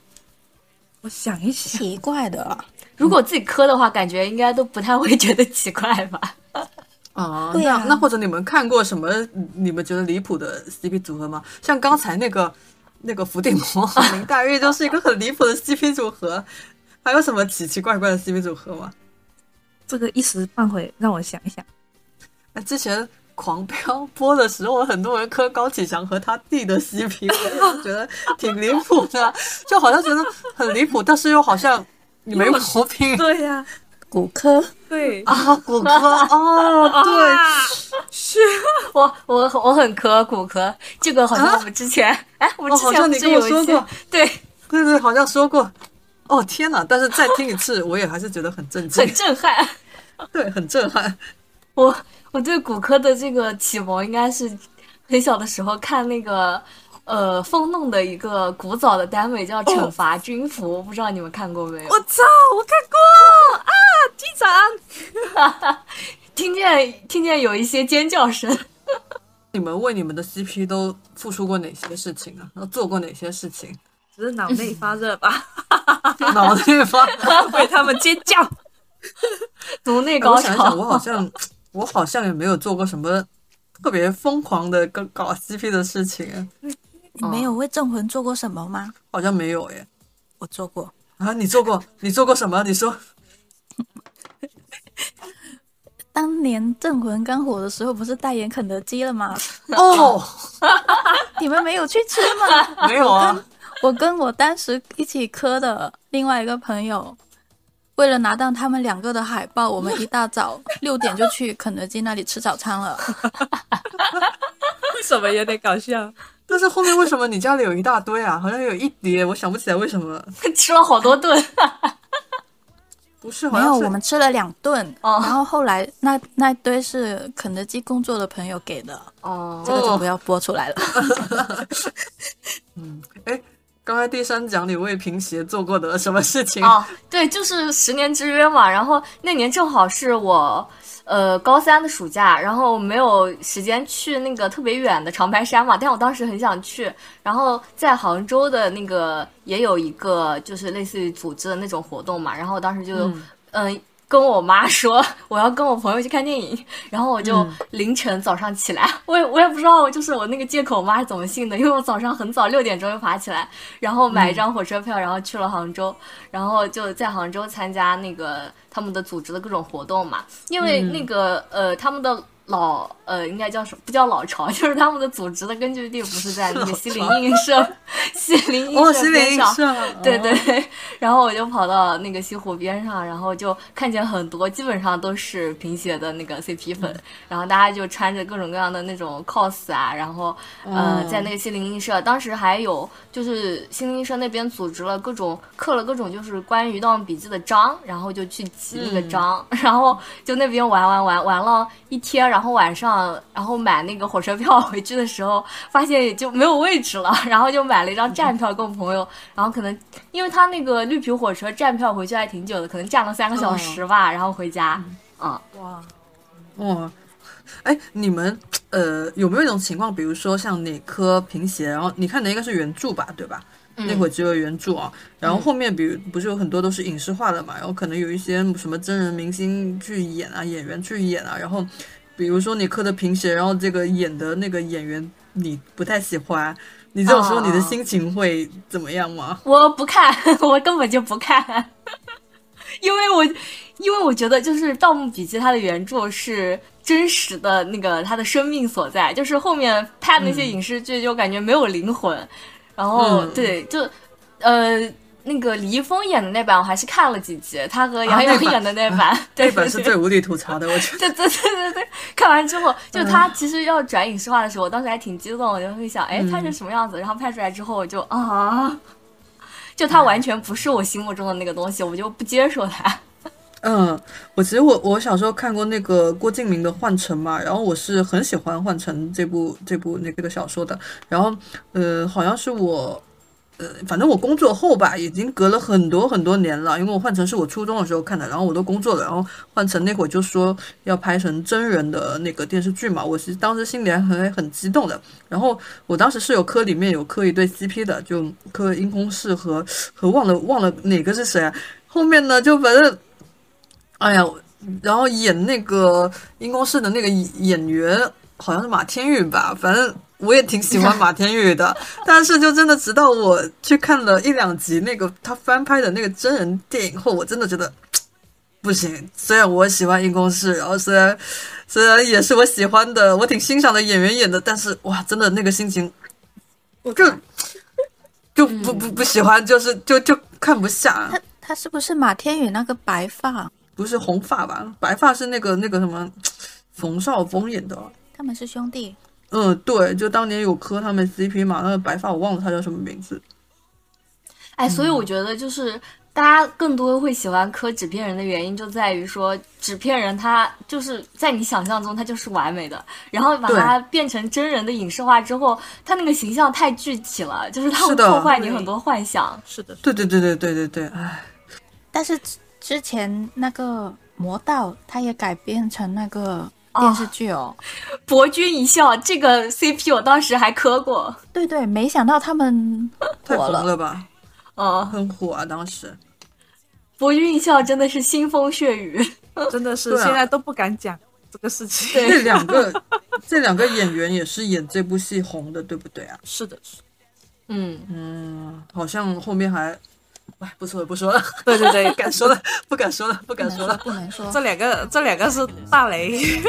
Speaker 4: 我想一想，
Speaker 5: 奇怪的啊，
Speaker 2: 嗯
Speaker 3: 如果自己磕的话，感觉应该都不太会觉得奇怪吧？
Speaker 2: 啊，
Speaker 5: 对
Speaker 2: 那
Speaker 5: 呀
Speaker 2: 那或者你们看过什么你们觉得离谱的 CP 组合吗？像刚才那个那个伏地魔和林黛玉就是一个很离谱的 CP 组合，还有什么奇奇怪怪的 CP 组合吗？
Speaker 4: 这个一时半会让我想一想。
Speaker 2: 那之前《狂飙》播的时候，很多人磕高启强和他弟的 CP，我就觉得挺离谱的，就好像觉得很离谱，但是又好像没毛病
Speaker 4: <laughs> 对呀、
Speaker 5: 骨科
Speaker 4: 对，
Speaker 2: <laughs> 啊。骨科哦， <laughs> 对，
Speaker 3: 我我我很磕骨科，这个好像我们之前、哎，我们
Speaker 2: 啊哦
Speaker 3: 之
Speaker 2: 好
Speaker 3: 前
Speaker 2: 像
Speaker 3: 不
Speaker 2: 你
Speaker 3: 是
Speaker 2: 跟我
Speaker 3: 有一
Speaker 2: 说
Speaker 3: 期
Speaker 2: 过
Speaker 3: 对，
Speaker 2: 对对，好像说过。哦天哪！但是再听一次，我也还是觉得很震 <laughs>
Speaker 3: 很
Speaker 2: 惊，
Speaker 3: 震撼。
Speaker 2: 对，很震撼。
Speaker 3: 我我对骨科的这个启蒙应该是很小的时候看那个呃风弄的一个古早的耽美
Speaker 2: 哦
Speaker 3: 叫《惩罚军服》，不知道你们看过没有？
Speaker 4: 我操，我看过啊，机长，
Speaker 3: 听见听见有一些尖叫声， <laughs>
Speaker 2: 你们为你们的 CP 都付出过哪些事情啊？然后做过哪些事情？
Speaker 4: 只是脑内发热吧， <laughs>
Speaker 2: 脑内发。
Speaker 4: 为他们尖叫。
Speaker 3: 颅内
Speaker 2: 哎我
Speaker 3: 高
Speaker 2: 想一想，
Speaker 3: 潮。
Speaker 2: 我好像我好像也没有做过什么特别疯狂的跟搞 CP 的事情，
Speaker 5: 你没有为镇魂做过什么吗？
Speaker 2: 好像没有耶。
Speaker 5: 我做过，
Speaker 2: 啊，你做过？你做过什么？你说
Speaker 5: 当年镇魂刚火的时候，不是代言肯德基了吗？
Speaker 2: 哦，
Speaker 5: <laughs> 你们没有去吃
Speaker 2: <laughs>
Speaker 5: 吗？
Speaker 3: <laughs>
Speaker 2: 没有啊，
Speaker 5: 我跟我当时一起磕的另外一个朋友，为了拿到他们两个的海报，我们一
Speaker 3: <laughs>
Speaker 5: 大早六点就去肯德基那里吃早餐了。
Speaker 4: 为什么有点搞笑？
Speaker 2: <laughs> 但是后面为什么你家里有一大堆啊？好像有一叠，我想不起来为什么。
Speaker 3: <laughs> 吃了好多顿，
Speaker 2: 不是，好
Speaker 5: 没
Speaker 2: 像
Speaker 5: 有，
Speaker 2: 是
Speaker 5: 我们吃了两顿，
Speaker 3: 哦
Speaker 5: 然后后来那那堆是肯德基工作的朋友给的，
Speaker 3: 哦
Speaker 5: 这个就不要播出
Speaker 3: <laughs>
Speaker 5: 来了。
Speaker 2: 哎，刚才第三讲你为贫鞋做过的什么事情？
Speaker 3: 哦，对，就是十年之约嘛。然后那年正好是我呃高三的暑假，然后没有时间去那个特别远的长白山嘛，但我当时很想去。然后在杭州的那个也有一个就是类似于组织的那种活动嘛，然后我当时就嗯。跟我妈说 <laughs> 我要跟我朋友去看电影，然后我就凌晨早上起来， <laughs> 我也我也不知道我就是我那个借口我妈是怎么信的，因为我早上很早六点钟就爬起来，然后买一张火车票，然后去了杭州，然后就在杭州参加那个他们的组织的各种活动嘛，因为那个、呃他们的。老呃，应该叫什么？不叫老巢， <laughs> 就是他们的组织的根据地不是在那个西泠印社， <laughs> 西泠
Speaker 2: 哦，
Speaker 3: 印社
Speaker 2: 心
Speaker 3: 边
Speaker 2: 灵
Speaker 3: 上，
Speaker 2: 是啊，
Speaker 3: 对
Speaker 2: 哦
Speaker 3: 对，然后我就跑到那个西湖边上，然后就看见很多基本上都是贫血的那个 CP 粉，然后大家就穿着各种各样的那种 cos 啊，然后呃，
Speaker 2: 嗯
Speaker 3: 在那个心灵映射，当时还有就是心灵映射那边组织了各种刻了各种就是关于《盗墓笔记》的章，然后就去集那个章，然后就那边玩玩玩玩了一天，然后晚上然后买那个火车票回去的时候，发现也就没有位置了，然后就买了一张站票跟我朋友，然后可能因为他那个绿皮火车站票回去还挺久的，可能站了三个小时吧，然后回家。嗯，
Speaker 4: 哇，
Speaker 2: 哇，哎，你们呃有没有一种情况，比如说像哪科贫血，然后你看的应该是原著吧，对吧？那会儿只有原著啊，然后后面比如不是有很多都是影视化的嘛，然后可能有一些什么真人明星去演啊，演员去演啊，然后比如说你磕的贫血，然后这个演的那个演员你不太喜欢，你这种时候你的
Speaker 3: 哦
Speaker 2: 心情会怎么样
Speaker 3: <laughs>
Speaker 2: 吗？
Speaker 3: 我不看，我根本就不看， <laughs> 因为我因为我觉得就是《盗墓笔记》它的原著是真实的那个它的生命所在，就是后面拍的那些影视剧就感觉没有灵魂，然后、
Speaker 2: 嗯
Speaker 3: 对就呃。那个李易峰演的那版我还是看了几集，他和杨
Speaker 2: 啊那
Speaker 3: 洋
Speaker 2: 版
Speaker 3: 演的那版，对
Speaker 2: <laughs> 那
Speaker 3: 对
Speaker 2: 本是
Speaker 3: 对
Speaker 2: 最无理吐槽的，我觉得。
Speaker 3: <laughs> 对对对对对，看完之后，就
Speaker 2: 嗯
Speaker 3: 他其实要转影视化的时候，我当时还挺激动，我就会想，哎，
Speaker 2: 嗯
Speaker 3: 拍成什么样子？然后拍出来之后，我就啊，就他完全不是我心目中的那个东西，我就不接受他。
Speaker 2: 嗯，我其实我我小时候看过那个郭敬明的《幻城》嘛，然后我是很喜欢《幻城》这部这部那个小说的，然后呃，好像是我。呃，反正我工作后吧，已经隔了很多很多年了，因为我《幻城》是我初中的时候看的，然后我都工作了，然后《幻城》那会儿就说要拍成真人的那个电视剧嘛，我是当时心里还很很激动的。然后我当时室友科里面有磕一对 CP 的，就磕殷空室和和忘了忘了哪个是谁啊、后面呢，就反正哎呀，然后演那个因公式的那个演员好像是马天宇吧，反正我也挺喜欢马天宇的，但是就真的直到我去看了一两集那个他翻拍的那个真人电影后，我真的觉得不行。虽然我喜欢因公式，然后虽然虽然也是我喜欢的，我挺欣赏的演员演的，但是哇，真的那个心情，我就就不不不喜欢，就是就就看不下。
Speaker 5: 他他是不是马天宇那个白发？
Speaker 2: 不是红发吧？白发是那个那个什么，冯绍峰演的。
Speaker 5: 他们是兄弟，
Speaker 2: 嗯，对，就当年有磕他们 CP 嘛，那个白发我忘了他叫什么名字。
Speaker 3: 哎，所以
Speaker 2: 嗯
Speaker 3: 我觉得就是大家更多会喜欢磕纸片人的原因，就在于说纸片人他就是在你想象中他就是完美的，然后把
Speaker 2: 对
Speaker 3: 它变成真人的影视化之后，他那个形象太具体了，就是他
Speaker 2: 是
Speaker 3: 会
Speaker 2: 的
Speaker 3: 破坏你很多幻想。
Speaker 4: 是的，
Speaker 2: 对对对对对对对，哎，
Speaker 5: 但是之之前那个魔道他也改编成那个电视剧哦。
Speaker 3: 博君一笑这个 CP 我当时还磕过，
Speaker 5: 对对，没想到他 <laughs> 们
Speaker 2: 太
Speaker 5: 火
Speaker 2: 红
Speaker 5: 了。
Speaker 2: 了吧，
Speaker 3: 嗯，
Speaker 2: 很火啊，当 <laughs> 时。
Speaker 3: 博君一笑真的是腥风血雨，
Speaker 4: 真的是
Speaker 2: 对啊
Speaker 4: 现在都不敢讲这个事情。
Speaker 3: 对
Speaker 2: 这两个这两个演员也是演这部戏红的，对不对啊？
Speaker 4: 是的，是的
Speaker 3: 嗯，
Speaker 2: 好像后面还，哎，不说了不说了， <laughs>
Speaker 4: 对对对
Speaker 2: 不，敢说了，不敢说了，不敢说
Speaker 5: <laughs>
Speaker 2: 了。
Speaker 5: 不能说，
Speaker 4: 这两个这两个是大雷。 <laughs>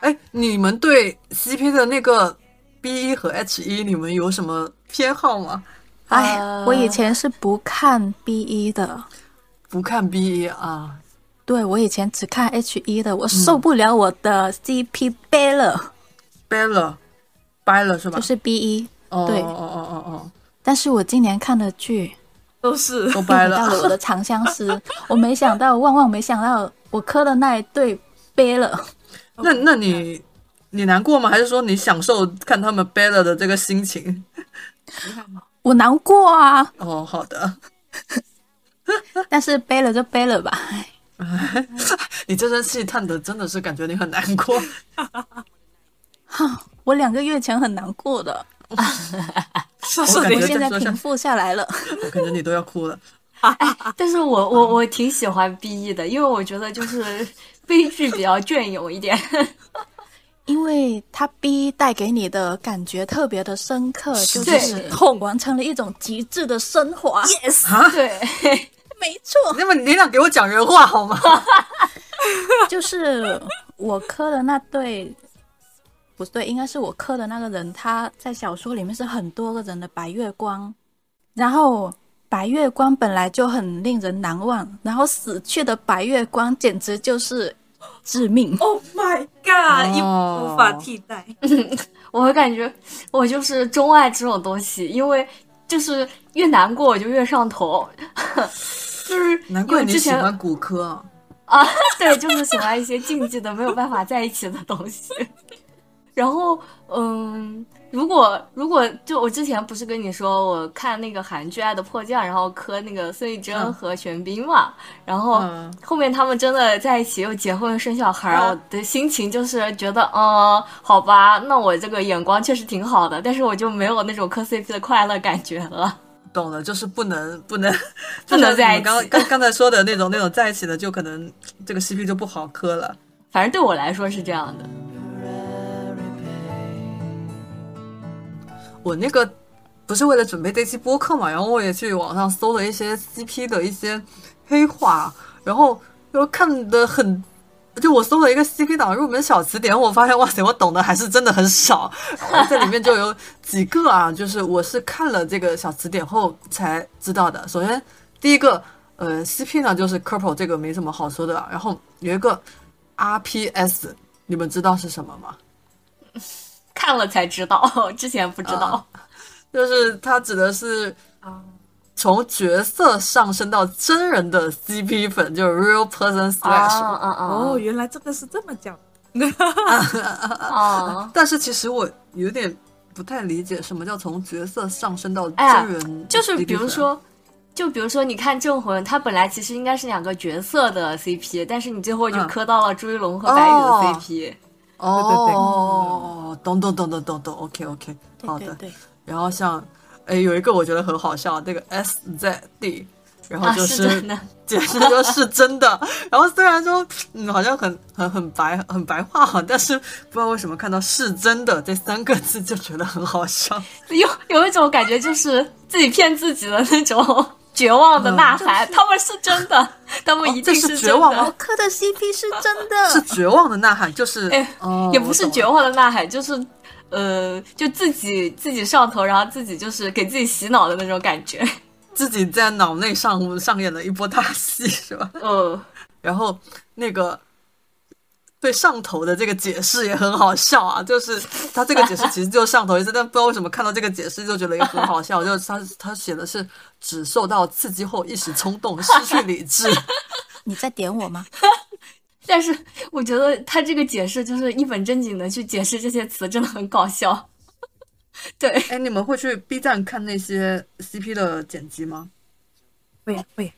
Speaker 2: 哎，你们对 CP 的那个 B 一和 H 一，你们有什么偏好吗？
Speaker 5: 哎，我以前是不看 B 一的，
Speaker 2: 不看 B 一啊，
Speaker 5: 对我以前只看 H 一的，我受不了我的 CP 掰了，
Speaker 2: 掰了，掰了是吧？
Speaker 5: 就是 B 一。
Speaker 2: 哦
Speaker 5: 对
Speaker 2: 哦哦哦哦，
Speaker 5: 但是我今年看的剧
Speaker 4: 都是
Speaker 2: 都
Speaker 5: 又
Speaker 2: 掰
Speaker 5: 回到了我
Speaker 2: 了。
Speaker 5: 的长相思， <laughs> 我没想到，万万没想到，我磕的那一对掰了。
Speaker 2: <laughs> 那那你你难过吗？还是说你享受看他们掰了的这个心情？
Speaker 5: 我难过啊，
Speaker 2: 哦，好的，
Speaker 5: 但是背了就背了吧。
Speaker 2: <laughs>
Speaker 5: <laughs>
Speaker 2: 你这声气叹的真的是感觉你很难过。
Speaker 5: 我两个月前很难过的，
Speaker 4: 是
Speaker 2: 我
Speaker 4: 是
Speaker 2: 感
Speaker 4: 的
Speaker 2: 觉
Speaker 5: 我现
Speaker 2: 在
Speaker 5: 在
Speaker 2: 说
Speaker 5: 平
Speaker 2: 像
Speaker 5: 复下来了。
Speaker 2: <laughs> 我感觉你都要哭了。
Speaker 3: 哎但是我我我挺喜欢 BE 的，因为我觉得就是 <laughs> 悲剧比较隽永一
Speaker 2: <laughs>
Speaker 3: 点。
Speaker 5: 因为他 B 带给你的感觉特别的深刻，就
Speaker 3: 对
Speaker 5: 是完成了一种极致的升华。
Speaker 3: 对，
Speaker 5: 没错，
Speaker 2: 那么你俩给我讲人话好吗？
Speaker 5: 就是我磕的那对，不对，应该是我磕的那个人，他在小说里面是很多个人的白月光，然后白月光本来就很令人难忘，然后死去的白月光简直就是致命。
Speaker 4: Oh my god，一
Speaker 2: 哦
Speaker 4: 无法替代。
Speaker 3: 我会感觉我就是钟爱这种东西，因为就是越难过我就越上头， <laughs> 就是
Speaker 2: 难
Speaker 3: 因为
Speaker 2: 怪
Speaker 3: 我
Speaker 2: 你
Speaker 3: 之
Speaker 2: 喜
Speaker 3: 前
Speaker 2: 欢骨科啊。
Speaker 3: 啊， <laughs> 对，就是喜欢一些竞技的没有办法在一起的东西。然后，嗯，如果如果就我之前不是跟你说我看那个韩剧《爱的迫降》，然后磕那个孙艺珍
Speaker 2: 嗯
Speaker 3: 和玄彬嘛，然后
Speaker 2: 嗯
Speaker 3: 后面他们真的在一起又结婚生小孩儿，
Speaker 2: 嗯
Speaker 3: 我的心情就是觉得，嗯，好吧，那我这个眼光确实挺好的，但是我就没有那种磕 CP 的快乐感觉了。
Speaker 2: 懂了，就是不能不能
Speaker 3: 不能在一
Speaker 2: 就
Speaker 3: 起
Speaker 2: 像你们刚刚刚才说的那种那种在一起的，就可能这个 CP 就不好磕了。
Speaker 3: 反正对我来说是这样的。
Speaker 2: 我那个不是为了准备这期播客嘛，然后我也去网上搜了一些 CP 的一些黑话，然后又看的很就我搜了一个 CP 党入门小词典，我发现哇塞，我懂的还是真的很少。然后这里面就有几个啊， <laughs> 就是我是看了这个小词典后才知道的。首先第一个，呃，CP 呢就是 couple，这个没什么好说的啊。然后有一个 RPS，你们知道是什么吗？
Speaker 3: 看了才知道， <laughs> 之前不知道。
Speaker 2: 嗯就是它指的是
Speaker 4: 啊
Speaker 2: 从角色上升到真人的 CP 粉，就是 real person
Speaker 3: 啊
Speaker 2: slash
Speaker 3: 啊啊！
Speaker 4: 哦，原来这个是这么讲。
Speaker 3: 哦，
Speaker 2: 但是其实我有点不太理解什么叫从角色上升到
Speaker 3: 哎呀
Speaker 2: 真人，
Speaker 3: <laughs> 就是比
Speaker 2: 啊
Speaker 3: 如，说，就比如说，你看《镇魂》，它本来其实应该是两个角色的 CP，但是你最后就
Speaker 2: 嗯
Speaker 3: 磕到了朱一龙和白宇
Speaker 2: 哦
Speaker 3: 的 CP。嗯
Speaker 2: 哦，懂懂懂懂懂懂，OK OK，好
Speaker 5: 对
Speaker 2: 的。
Speaker 5: 对，
Speaker 2: 然后像，哎，有一个我觉得很好笑，那个 SZD，然后
Speaker 3: 啊，
Speaker 2: 哦就是
Speaker 3: 真的，
Speaker 2: 解释就是真的。 <laughs> 然后虽然说，嗯，好像很很很白很白话哈，但是不知道为什么看到“是真的”这三个字就觉得很好笑。
Speaker 3: 有有一种感觉，就是自己骗自己的那种绝望的呐喊。他们是真的，他们一
Speaker 2: 嗯哦这
Speaker 3: 定
Speaker 2: 是
Speaker 3: 真
Speaker 2: 绝望
Speaker 3: 的
Speaker 2: 吗
Speaker 5: 我哦磕的 CP 是真的，
Speaker 2: <laughs> 是绝望的呐喊， <laughs> 就是，
Speaker 3: 哎
Speaker 2: 哦
Speaker 3: 也不是
Speaker 2: 我懂了
Speaker 3: 绝望的呐喊，就是呃，就自己自己上头，然后自己就是给自己洗脑的那种感觉。
Speaker 2: 自己在脑内上上演了一波大戏，是吧？ <laughs>
Speaker 3: 呃，
Speaker 2: 然后那个对上头的这个解释也很好笑啊，就是他这个解释其实就是上头意思，但不知道为什么看到这个解释就觉得也很好笑，就是他他写的是只受到刺激后一时冲动失去理智，
Speaker 5: 你在点我吗？
Speaker 3: 但是我觉得他这个解释就是一本正经的去解释这些词，真的很搞笑。 <laughs> 对，
Speaker 2: 哎，你们会去 B 站看那些 CP 的剪辑吗？
Speaker 4: 会呀会呀，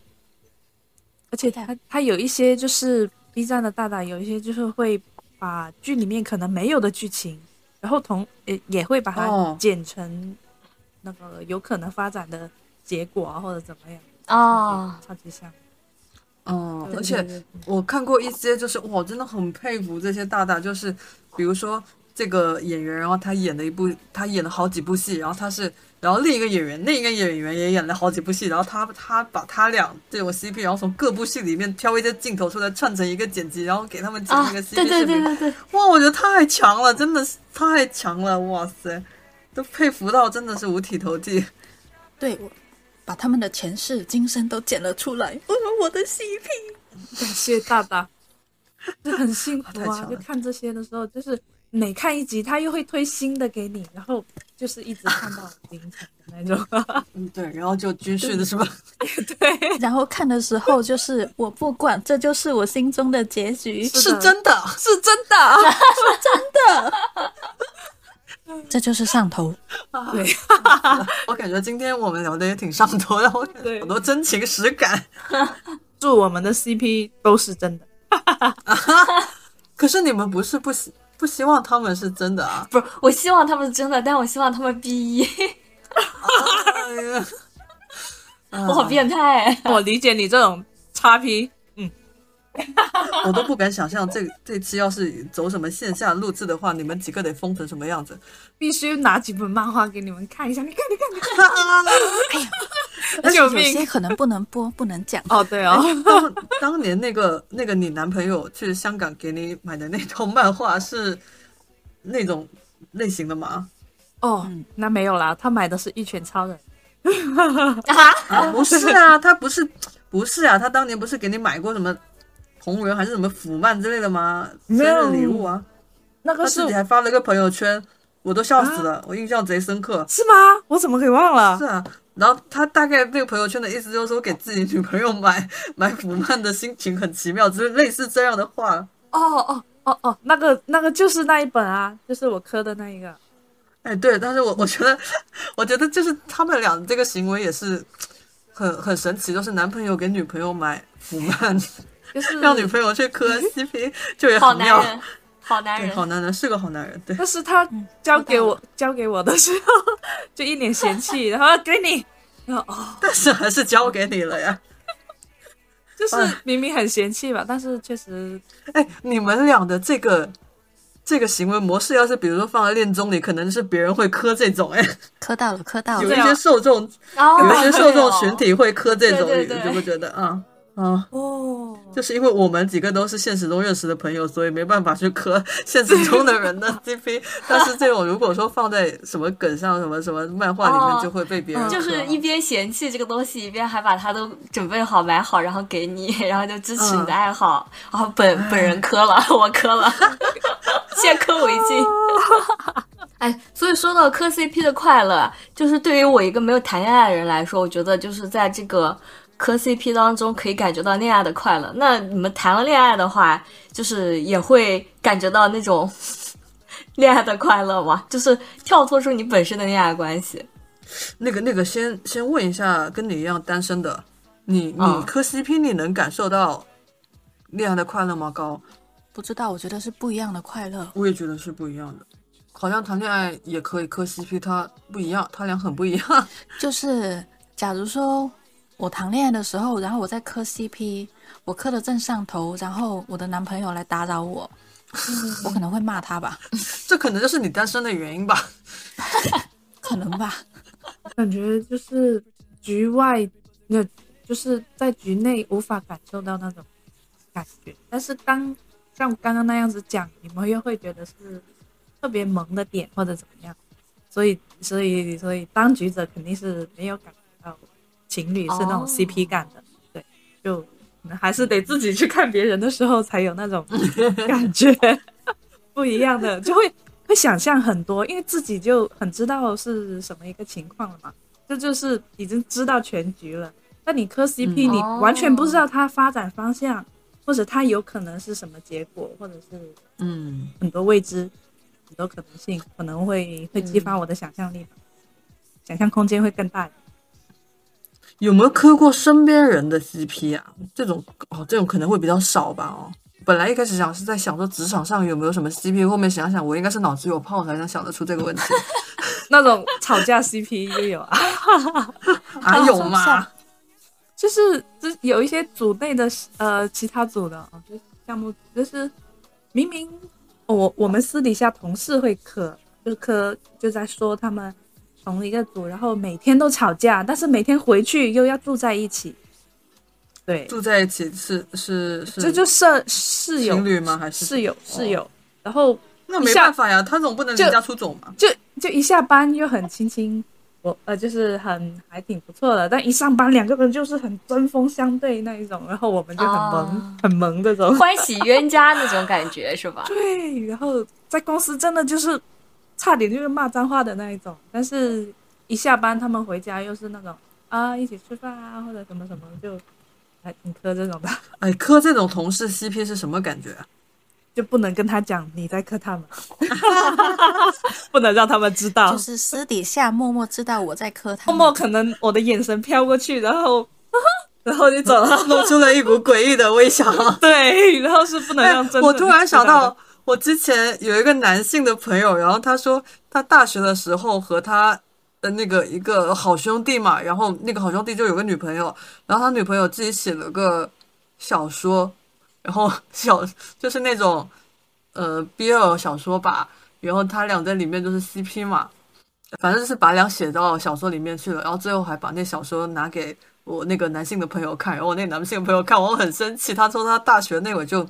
Speaker 4: 而且他他有一些就是 B 站的大大，有一些就是会把剧里面可能没有的剧情，然后同也也会把它
Speaker 2: 哦
Speaker 4: 剪成那个有可能发展的结果啊，或者怎么样
Speaker 3: 啊，
Speaker 2: 哦
Speaker 4: 超级像。
Speaker 2: 嗯，
Speaker 4: 对
Speaker 2: 而
Speaker 4: 对
Speaker 2: 且我看过一些，就是我真的很佩服这些大大，就是比如说这个演员，然后他演了一部，他演了好几部戏，然后他是，然后另一个演员，另一个演员也演了好几部戏，然后他他把他俩这种 CP，然后从各部戏里面挑一些镜头出来串成一个剪辑，然后给他们剪
Speaker 3: 啊
Speaker 2: 一个 CP 视，频。
Speaker 3: 对对对对对，
Speaker 2: 哇，我觉得太强了，真的是太强了，哇塞，都佩服到真的是五体投地。
Speaker 5: 对，我把他们的前世今生都剪了出
Speaker 4: <laughs>
Speaker 5: 来，我我的
Speaker 4: <laughs>
Speaker 5: CP。
Speaker 4: 感谢大大，就
Speaker 2: <laughs>
Speaker 4: 很幸福
Speaker 2: 太
Speaker 4: 啊！
Speaker 2: 强
Speaker 4: 就
Speaker 2: 了
Speaker 4: 看这些的时候，就是每看一集，他又会推新的给你，然后就是一直看到凌晨的那种。 <laughs>
Speaker 2: 嗯，对，然后就军训的是吧？
Speaker 4: 对，
Speaker 5: 然后看的时候就是我不管，这就是我心中的结局，
Speaker 4: 是
Speaker 2: <laughs> 是
Speaker 4: 的
Speaker 2: 真的，是真的。啊
Speaker 4: <laughs>
Speaker 5: 这就是上
Speaker 4: <laughs>
Speaker 5: 头。
Speaker 4: 对，
Speaker 2: 我感觉今天我们聊的也挺上头的，我感觉
Speaker 4: 对
Speaker 2: 好多真情实感。
Speaker 4: 祝我们的 CP 都是
Speaker 2: <laughs>
Speaker 4: 真的。
Speaker 2: 可是你们不是不希不希望他们是真的啊？ <laughs>
Speaker 3: 不是，我希望他们是真的，但我希望他们 B 一，
Speaker 2: 哎呀
Speaker 3: 我好变态。
Speaker 4: 哦我理解你这种叉 P，
Speaker 2: 我都不敢想象这这期要是走什么线下录制的话，你们几个得疯成什么样子。 <laughs>
Speaker 4: 必须拿几本漫画给你们看一下。你看，你看，你看。
Speaker 5: 而且
Speaker 4: 救
Speaker 5: 有
Speaker 4: 命
Speaker 5: 些可能不能播，不能讲。
Speaker 4: 哦，对哦，
Speaker 2: 当当年那个那个你男朋友去香港给你买的那套漫画是那种类型的吗？
Speaker 4: 哦，那没有啦，他买的是一拳超人。
Speaker 2: 啊， <laughs> 不是啊，他不是不是啊，他当年不是给你买过什么同人还是什么腐漫之类的吗？生
Speaker 4: 没有
Speaker 2: 日礼物啊，
Speaker 4: 那
Speaker 2: 他
Speaker 4: 个是啊
Speaker 2: 自己还发了个朋友圈，我都笑死了，我印象贼深刻。
Speaker 4: 是吗？我怎么给忘了
Speaker 2: 是？啊，然后他大概那个朋友圈的意思就是说给自己女朋友买 <laughs> 买腐漫的心情很奇妙，之类类似这样的话。
Speaker 4: 哦哦哦哦，那个那个就是那一本啊，就是我磕的那一个。
Speaker 2: 哎，对，但是我 <laughs> 我觉得，我觉得就是他们俩这个行为也是很很神奇，就是男朋友给女朋友买腐漫，
Speaker 4: 嗯就是
Speaker 2: 让女朋友去磕 CP，就也
Speaker 3: 好
Speaker 2: 很
Speaker 3: 男
Speaker 2: 妙。
Speaker 3: 人，好男
Speaker 2: 对，
Speaker 3: 人
Speaker 2: 好，男人是个好男人， <laughs> 对，
Speaker 4: 但是他交给嗯我、交给我的时候，就一脸嫌 <laughs> 弃，然后给你，然后哦，
Speaker 2: 但是还是交给你了呀。
Speaker 4: 就是
Speaker 2: 哎
Speaker 4: 明明很嫌弃吧，但是确实
Speaker 2: <laughs> 哎，你们俩的这个这个行为模式，要是比如说放在恋综里，可能是别人会磕这种，哎，
Speaker 5: 磕到了，磕到
Speaker 2: 有
Speaker 5: 了
Speaker 2: 一
Speaker 4: 对。啊
Speaker 2: 些受众，
Speaker 3: 哦
Speaker 2: 有一些受众
Speaker 3: 对哦
Speaker 2: 群体会磕这种，
Speaker 3: 对
Speaker 2: 你
Speaker 3: 对对
Speaker 2: 你不觉得啊？嗯，
Speaker 4: 哦，
Speaker 2: 就是因为我们几个都是现实中认识的朋友，所以没办法去磕现实中的人的 <laughs> CP。但是这种如果说放在什么梗上、什么什么漫画里
Speaker 3: 哦
Speaker 2: 嗯面，就会被别人
Speaker 3: 就
Speaker 2: 磕啊
Speaker 3: 是
Speaker 2: 了
Speaker 3: 一边嫌弃这个东西，一边还把它都准备好、买好，然后给你，然后就支持你的
Speaker 2: 嗯
Speaker 3: 爱好。然后本本人磕了， <laughs> 我磕了，先磕为敬。哎，所以说到磕 CP 的快乐，就是对于我一个没有谈恋爱的人来说，我觉得就是在这个磕 CP 当中可以感觉到恋爱的快乐。那你们谈了恋爱的话，就是也会感觉到那种 <laughs> 恋爱的快乐吗？就是跳脱出你本身的恋爱关系。
Speaker 2: 那个那个先，先问一下，跟你一样单身的，你
Speaker 3: 嗯
Speaker 4: 啊
Speaker 2: 你磕 CP，你能感受到恋爱的快乐吗？高，
Speaker 5: 不知道，我觉得是不一样的快乐。
Speaker 2: 我也觉得是不一样的。好像谈恋爱也可以磕 CP，它不一样，它俩很不一样。 <laughs>
Speaker 5: 就是假如说我谈恋爱的时候，然后我在磕 CP，我磕的正上头，然后我的男朋友来打扰我，
Speaker 4: 嗯
Speaker 5: 我可能会骂他吧，
Speaker 2: 这可能就是你单身的原因吧。
Speaker 5: 可能吧。
Speaker 4: 感觉就是局外，那就是在局内无法感受到那种感觉，但是当像刚刚那样子讲，你们又会觉得是特别萌的点或者怎么样，所以所以所以当局者肯定是没有感觉到情侣是那种
Speaker 3: 哦
Speaker 4: CP 感的，对，就可能还是得自己去看别人的时候才有那种感觉，不一样 <laughs> 的就会。会想象很多，因为自己就很知道是什么一个情况了嘛，这就是已经知道全局了。但你磕 CP，、
Speaker 3: 嗯
Speaker 4: 你
Speaker 3: 哦
Speaker 4: 完全不知道它发展方向，或者它有可能是什么结果，或者是
Speaker 2: 嗯，
Speaker 4: 很多未知、很多可能性，可能会会激发我的想象力吧，想象空间会更大。
Speaker 2: 有没有磕过身边人的 CP 啊？这种哦，这种可能会比较少吧哦。本来一开始想是在想说职场上有没有什么 CP，后面想想我应该是脑子有泡才能想得出这个
Speaker 4: <laughs>
Speaker 2: 问题
Speaker 4: 那种吵架 CP 就有啊，
Speaker 2: 啊，有吗？
Speaker 4: 就是这有一些组内的呃其他组的啊，就是项目就是明明我我们私底下同事会磕，就是磕就在说他们同一个组，然后每天都吵架，但是每天回去又要住在一起，对，
Speaker 2: 住在一起是是是，
Speaker 4: 这就舍室友
Speaker 2: 情侣哦吗？还是
Speaker 4: 室友室友，然后
Speaker 2: 那没办法呀，他总不能离
Speaker 4: 就
Speaker 2: 家出走嘛。
Speaker 4: 就就一下班就很亲亲，我呃就是很还挺不错的，但一上班两个人就是很针锋相对那一种，然后我们就很萌、
Speaker 3: 啊
Speaker 4: 很萌这种。
Speaker 3: 欢喜冤家那种感觉是
Speaker 4: <laughs>
Speaker 3: 吧？
Speaker 4: 对，然后在公司真的就是差点就是骂脏话的那一种，但是一下班他们回家又是那种啊一起吃饭啊或者什么什么就还挺磕这种的，
Speaker 2: 哎，磕这种同事 CP 是什么感觉啊？
Speaker 4: 就不能跟他讲你在磕他们， <laughs> 不能让他们知道
Speaker 5: 就。是私底下默默知道我在磕他
Speaker 4: 默
Speaker 5: 们，
Speaker 4: 默可能我的眼神飘过去，然后 <laughs> 然后就走 <laughs> 了。
Speaker 2: 露出了一股诡异的微笑。
Speaker 4: 对，然后是不能
Speaker 2: 哎
Speaker 4: 让真的、
Speaker 2: 我突然想到，，我之前有一个男性的朋友，然后他说他大学的时候和他的那个一个好兄弟嘛，然后那个好兄弟就有个女朋友，然后他女朋友自己写了个小说，然后 <laughs> 小就是那种呃 BL 小说吧，然后他俩在里面就是 CP 嘛，反正是把俩写到小说里面去了，然后最后还把那小说拿给我那个男性的朋友看，然后我那男性朋友看我很生气，他说他大学那会儿就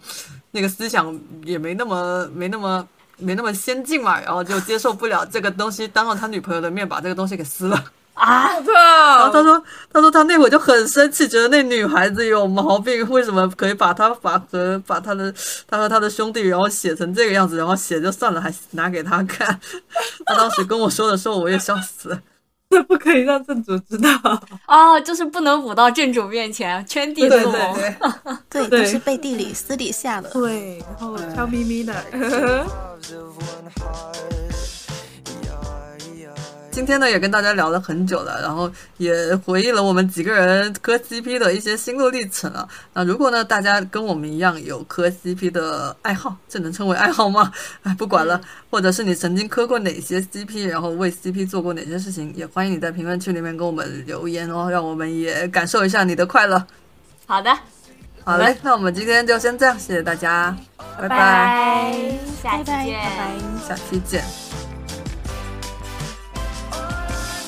Speaker 2: 那个思想也没那么没那么没那么先进嘛，然后就接受不了这个东西，当着他女朋友的面把这个东西给撕 <laughs> 了。
Speaker 3: 啊，
Speaker 2: 然哦后他说，他说他那会儿就很生气，觉得那女孩子有毛病，为什么可以把他把和把他的他和他的兄弟，然后写成这个样子，然后写就算了，还拿给他看。 <laughs> 他当时跟我说的时候，我也笑死了。
Speaker 4: 这 <laughs> 不可以让正主知道。
Speaker 3: 哦，就是不能舞到正主面前，圈地
Speaker 2: 对
Speaker 3: 自
Speaker 2: 对
Speaker 3: 萌。
Speaker 2: 对，
Speaker 5: 对，
Speaker 4: 对
Speaker 5: 都是背地里私底下的。
Speaker 4: 对，然后悄咪咪的，
Speaker 1: Loves of one heart. Yeah, yeah.
Speaker 2: 今天呢也跟大家聊了很久了，然后也回忆了我们几个人磕 CP 的一些心路历程啊。那如果呢大家跟我们一样有磕 CP 的爱好，这能称为爱好吗？ <laughs> 哎，不管了，或者是你曾经磕过哪些 CP，然后为 CP 做过哪些事情，也欢迎你在评论区里面给我们留言哦，让我们也感受一下你的快乐。
Speaker 3: 好的，
Speaker 2: 好嘞，那我们今天就先这样，谢谢大家，拜
Speaker 3: 拜
Speaker 2: 拜，
Speaker 3: 拜，下期
Speaker 5: 拜拜，
Speaker 3: 见。
Speaker 5: 拜拜。
Speaker 2: 下期见。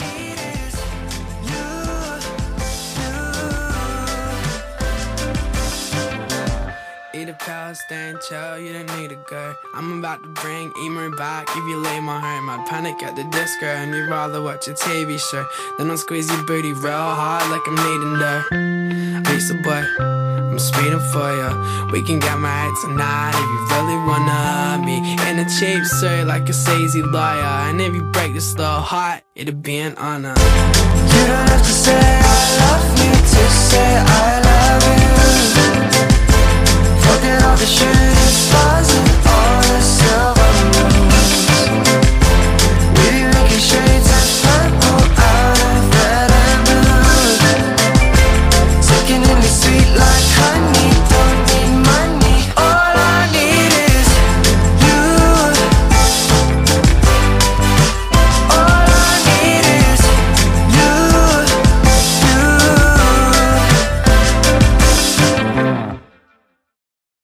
Speaker 1: It is you, you.
Speaker 6: I'll stand tall, you don't need a girl. I'm about to bring emo back if you lay my home. I'd panic at the disco and you'd rather watch a TV show. Then I'll squeeze your booty real hard like I'm needing dough. Lisa boy, I'm speeding for ya. We can get married tonight if you really wanna me. In a cheap suit like a sleazy liar. And if you break this little heart, it'll be an honor.
Speaker 1: You don't have to say I love me to say I love you. Forget all the shit